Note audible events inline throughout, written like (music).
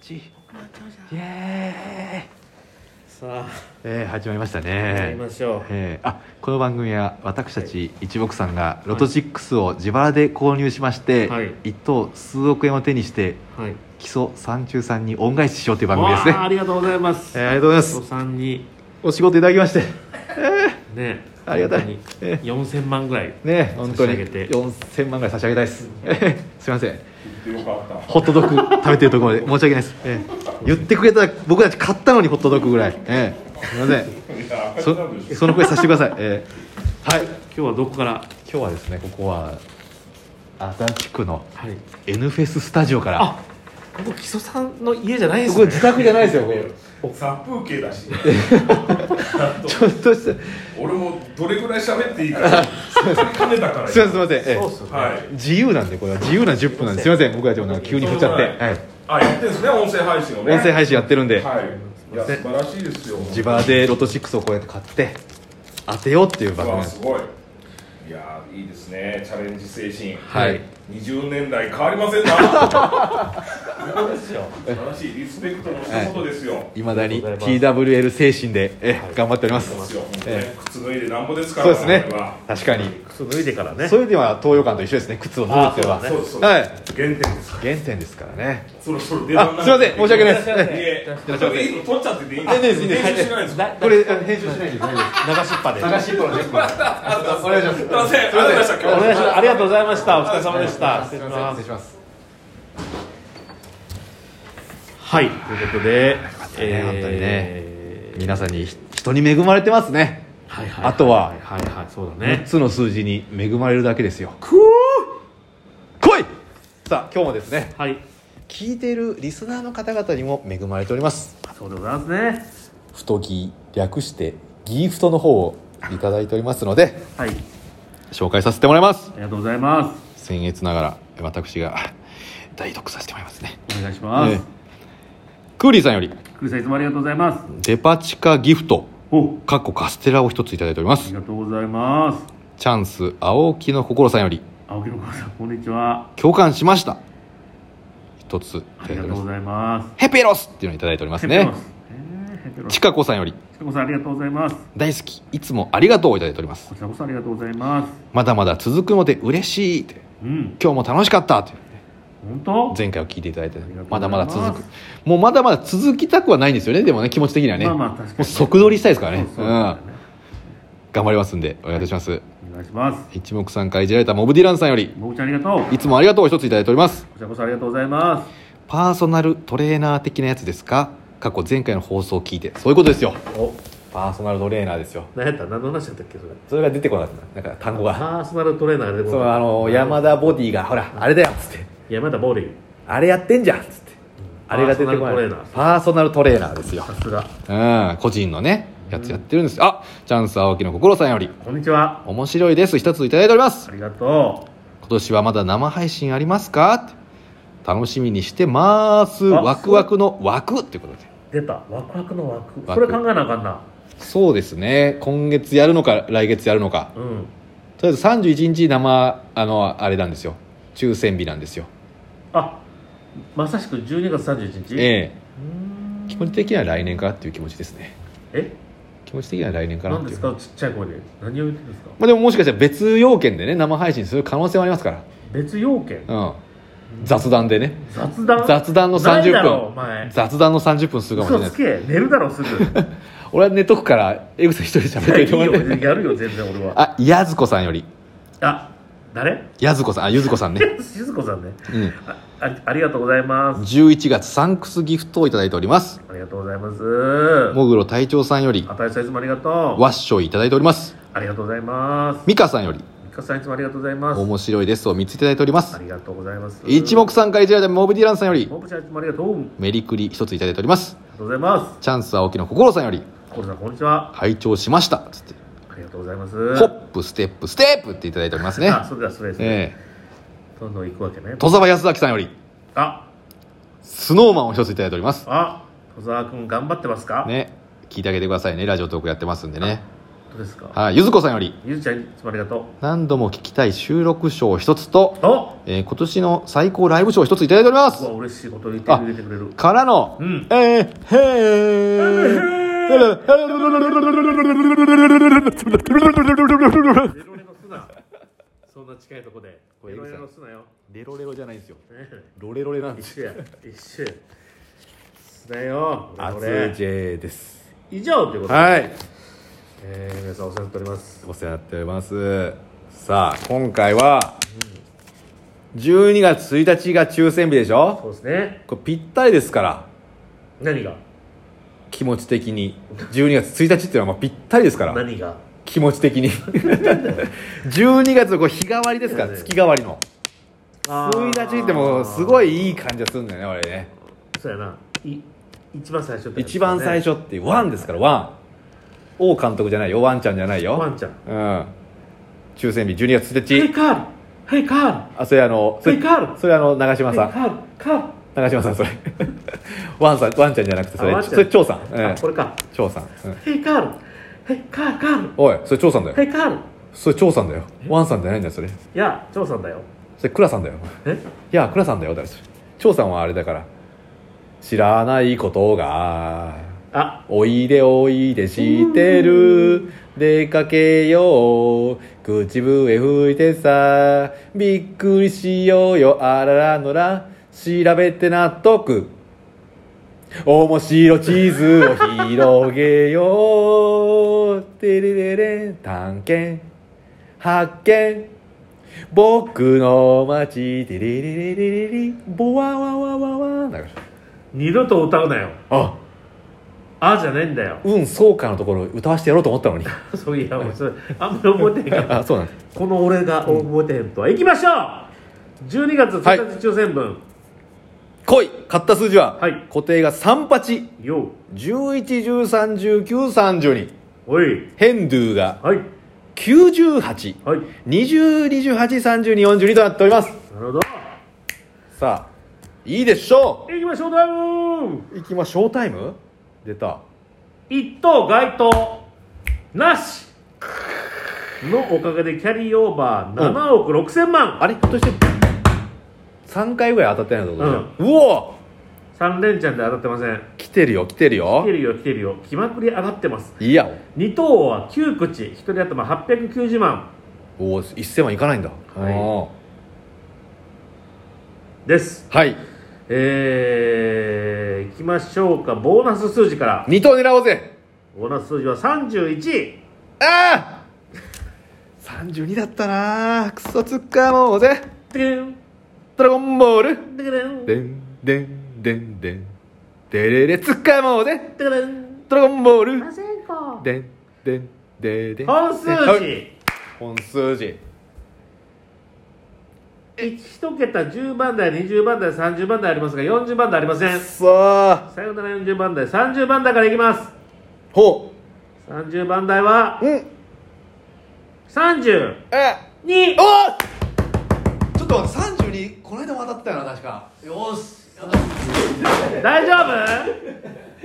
ちイエーイさあえー、始まりましたやねりましょうえーあこの番組は私たち一目さんがロト6を自腹で購入しまして、はい一等数億円を手にしてはい基礎三中さんに恩返ししようという番組ですねわあありがとうございますえーありがとうございますおさんにお仕事いただきましてねありがたい本当えに4000万ぐらいね本当に差し上げて4000万ぐらい差し上げたいです、 (laughs) えーすいませんよかったホットドッグ食べてるところまで申し訳ないです、ええ言ってくれたら僕たち買ったのにホットドッグぐらい、ええすいませんいや赤字なんでしそその声させてください、ええはい今日はどこから今日はですねここは足立区のはい N フェススタジオからあここ木曽さんの家じゃないでこすこね自宅じゃないですよこょ殺風景だしこちょっとした俺もどれぐらい喋っていいか兼ねたからすいませんすいません、えそうっえすよね、はい自由なんでこれは自由な10分なんですすいません僕たちもなんか急に振っちゃって、はい、あやってんですね音声配信をね音声配信やってるんで、はいいや素晴らしいですよ自腹でロト6をこうやって買って当てようっていう番う組なんわですすごいいやいいですねチャレンジ精神はい20年来変わりませんなそうですよ素晴らしいリスペクトの一言ですよ、いまだにありがとうご TWL 精神で、ええ頑張っております、ですよ、本当えね靴脱いでなんぼですかそうらですね我々は確かに靴脱いでからねそれでは東洋館と一緒ですね靴を脱ぐっていうのはあそうそうですそうはいです原点です原点ですからねそろそろ出番あすいません申し訳ないですいえいやいいの取っちゃってていいんいいですいいです編集しないですだだこれあ編集しないで大丈流しっぱで夫流しっぱのねお願いしますすいませんありがとうございました今日お願いしますありがとうございましたお疲れ様でしすた失い礼しませんま失す礼しますはいということでね本当にねえー皆さんにひ人に恵まれてますねはいはいいあとははいはいそうだ6ねつの数字に恵まれるだけですよくぅ来いさあ今日もですねはい聞いているリスナーの方々にも恵まれておりますそうでございますね太ギ略してギフトの方をいただいておりますのではい紹介させてもらいますありがとうございま僭越ながら私が代読させてもらいますね、すお願いします、ええクーリーさんよりクルさんいつもありがとうございますデパ地下ギフトおかっこカステラを一ついただいておりまあすりがとうございますチャンス青木の心さんより青木の子さんこんにちは共感しました一ついあただりいてがおとりますうございますヘペロスっていうのをいただいておりますヘペねロスえーヘペロスちかこさんよりちかこさんありがとうございます大好きいつもありがとうをいただいておりますこちらこそありがとうございますまだまだ続くので嬉しいってうん今日も楽しかったって本当前回を聞いていただいてりがとうごまざだまいまだす続くもうまだまだ続きたくはないんですよねでもね気持ち的にはね、まあまあ確かにもう即撮りしたいですからねそうそううん頑張りますんでお願いいたします、お願いします一目散からいじられたモブディランさんよりもぐちゃんありがとうこいつもありがとうを一ついただいておりますちらこそありがとうございますパーソナルトレーナー的なやつですか過去前回の放送を聞いてそういうことですよおパーソナルトレーナーですよ何やった何の話だったっけそれそれが出てこなかったなんか単語がパーソナルトレーナーでもそうあの山田ボディがほらあれだよっつって山田ボーリーあれやってんじゃんっつってあれが出てこないパーソナルトレーナーですよさすがうん個人のねやつやってるんですあチャンス青木の心さんよりこんにちは面白いです一ついただいておりますありがと今年はまだ生配信ありますかって楽しみにしてますあワクワクの枠ってことでう出たワクワクのワクワクそれ考えなあかんなそうですね今月やるのか来月やるのかうんとりあえず31日生あのあれなんですよ抽選日なんですよあまさしく12月31日えうーんえ気持ち的には来年かっていう気持ちですねえ気持ち的には来年かなっ何てでいすうかちっちゃい声で何を言ってるんですかまあ、でももしかしたら別要件でね生配信する可能性もありますか別要件らうん雑談でね雑談雑談のないだ30ろお分前雑談の30分するかもしれ嘘ないつけ寝るだろすぐ俺は寝とくから江口さん一人で喋ってるいやいいと思ようやるよ全然俺はあやずこさんよりあ誰やずこさんあゆずこさんね、 (laughs) 静子さんねうん、ああありがとうございます11月サンクスギフトをいただいておりますありがとうございますもぐろ隊長さんよりあたいさんいつもありがとうワッショイいただいておりますありがとうございますミカさんよりみかさんいつもありがとうございます面白いですを3ついただいておりまあすりがとうございます一目散会ジラでモブディランさんよりもぶちゃんいつもありがとうありメリクリ1ついただいておりますがとうございまチャンス青木の心さんよりすコルさんこんにちは拝聴しましたつってありがとうございますホップステップステップっていただいておりますねあそれではそれですねええどんどん行くわけね戸沢康明さんよりあスノーマンを1ついただいておりますあ戸沢君頑張ってますかね聞いてあげてくださいねラジオトークやってますんでね当ですか、はい、ゆずこさんよりゆずちゃんいつもありがと何度も聞きたい収録賞一つとう、おえー今年の最高ライブ賞一ついただいておりまうすわ嬉しいことに手に入れてくれ (laughs) るからの、うんえー、へーレロレロすなそんな近いとこでこれレロレロ江口すなよレロレロじゃないんですよねロレロレなんです一緒や一緒やすなよレロレ熱 J です以上ということで、はいえー皆さんお世話になっておりますお世話になっておりますさあ今回は12月1日が抽選日でしょそうですねこれぴったりですから何が気持ち的に12月1日っていうのはまあぴったりですから何が気持ち的 (laughs) に12月のこう日替わりですから月替わりの1日ってもうすごいいいい感じがするんだよね俺ねそうやない一番最初ってやつ一番最初っていうワンですからワン王監督じゃないよワンちゃんじゃないワよンちゃんうん抽選日12月ヘイ1日カールヘイカールあそれあのそれえカールそれあの長嶋ヘイさカんールカール長嶋さんそれ (laughs) ワンさんワンちゃんじゃなくてそあれワンちゃんそれ長さんうんあこれか長さんうんヘイカールヘイカールカールおいそれ長さんだよヘイカールいそれ長さんだよワンさんじゃないんだよそれや張さんだよそれ倉さんだよえいや倉さんだよだからそれ長さんはあれだから知らないことがあおいでおいでしてる出かけよう口笛吹いてさびっくりしようよあららのら調べて納得面白地図を広げようてれれれん探検発見僕の街てれれれれれれボワワワワワだから二度と歌うなよああじゃねえんだよ (laughs) うんそうかのところ歌わせてやろうと思ったのにそういやもうそれあんまり覚えてへんか (laughs) らあそうなんですこの俺が覚えてへんとは行きましょう12月はい1日抽選分来い買った数字は、はい固定が38よう11131932おいヘンドゥーがはい9820283242はいとなっておりますなるほどさあいいでしょ行きましょうダウンういきましょうタイム出た一等該当なしのおかげでキャリーオーバー7億6千万、あれひょっとして3回ぐらい当たってないのってことじゃん、うお三連チャンで当たってません来てるよ来てる来よてるよ来てるよ気まくり上がってますいいや2等は9口1人頭890万おお1000万いかないんだはいおですーはいえー、いきましょうかボーナス数字から2等狙おうぜボーナス数字は31ああ32だったなクソつっかもうぜてれんドラゴンボールてれんてでんでんでんでんでれれつかもうぜれんドラゴンボールせんかでんでんでで本数はい字本数字1桁10番台20番台30番台ありますが40番台ありませんさあさよなら40番台30番台からいきますほ30番台はううん32えおちょっと待って32この間も当たったよな確かよし大丈夫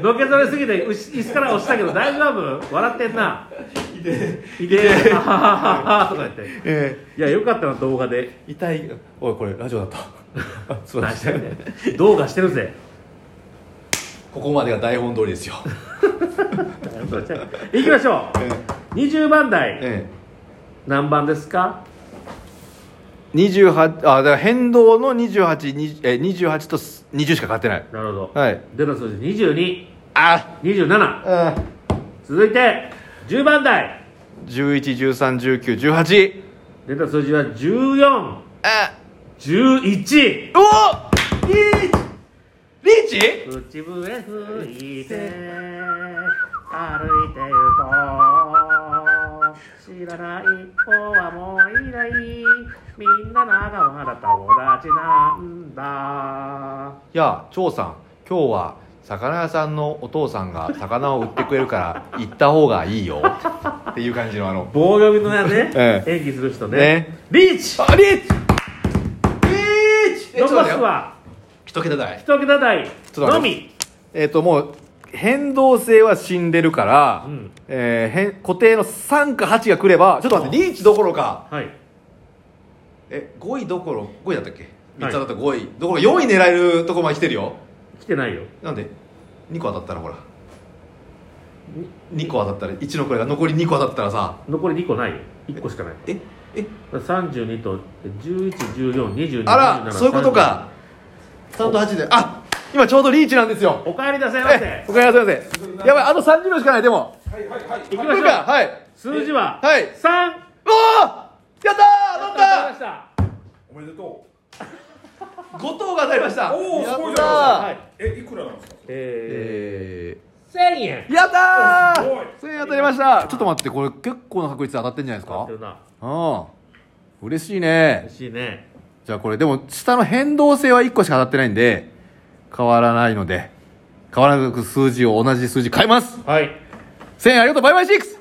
のけぞれすぎてうし椅子から落ちたけど大丈夫笑ってんないでいでははははとか言ってえ (laughs) いやよかったな動画で (laughs) え痛いおいこれラジオだ (laughs) ったあすいま何しせてんんねん動画してるぜここまでが台本通りです (laughs) よいきましょえう20番台え何番ですか28あだから変動の28にえ28とす20しか買ってないなるほどはい出た数字2227ああ続いて10番台11131918出た数字は1411あおおリーチリーチ口笛吹いて歩いてゆこう知らない子はもういないみんな仲間だ友達なんだやあ張さん今日は魚屋さんのお父さんが魚を売ってくれるから行った方がいいよっていう感じのあの棒読みのやね、え演技する人ねねリーチあリーチリーチ残すは一桁台一桁台のみえっ、ともう変動性は死んでるから、うんえー変固定の3か8が来ればちょっと待ってリーチどころかはいえ5位どころ5位だったっけは3つい当たった5位どころ4位狙えるとこまで来てるよ来てないよなんで2個当たったらほら2個当たったら1のこれが残り2個当たったらさ残り2個ないよ1個しかないええだから32と111422あらそういうことか3と8であ今ちょうどリーチなんですよおかえりなさいまえせおかえりなさいませやばいあと30秒しかないでもはいはいはい行き行ましくょうかはい数字ははい3おおやったー乗やっったやおめでとうた5等が当たりましたおーやすごいっじたゃったはーいえいくらなんですかええー、1000円ーやったおーー1000円当たりましたちょっと待ってこれ結構な確率当たってんじゃないです合っかてるなうん嬉しいね嬉しいねじゃあこれでも下の変動性は1個しか当たってないんで変わらないので変わらなく数字を同じ数字変えますはい1000円ありがとうバイバイシックス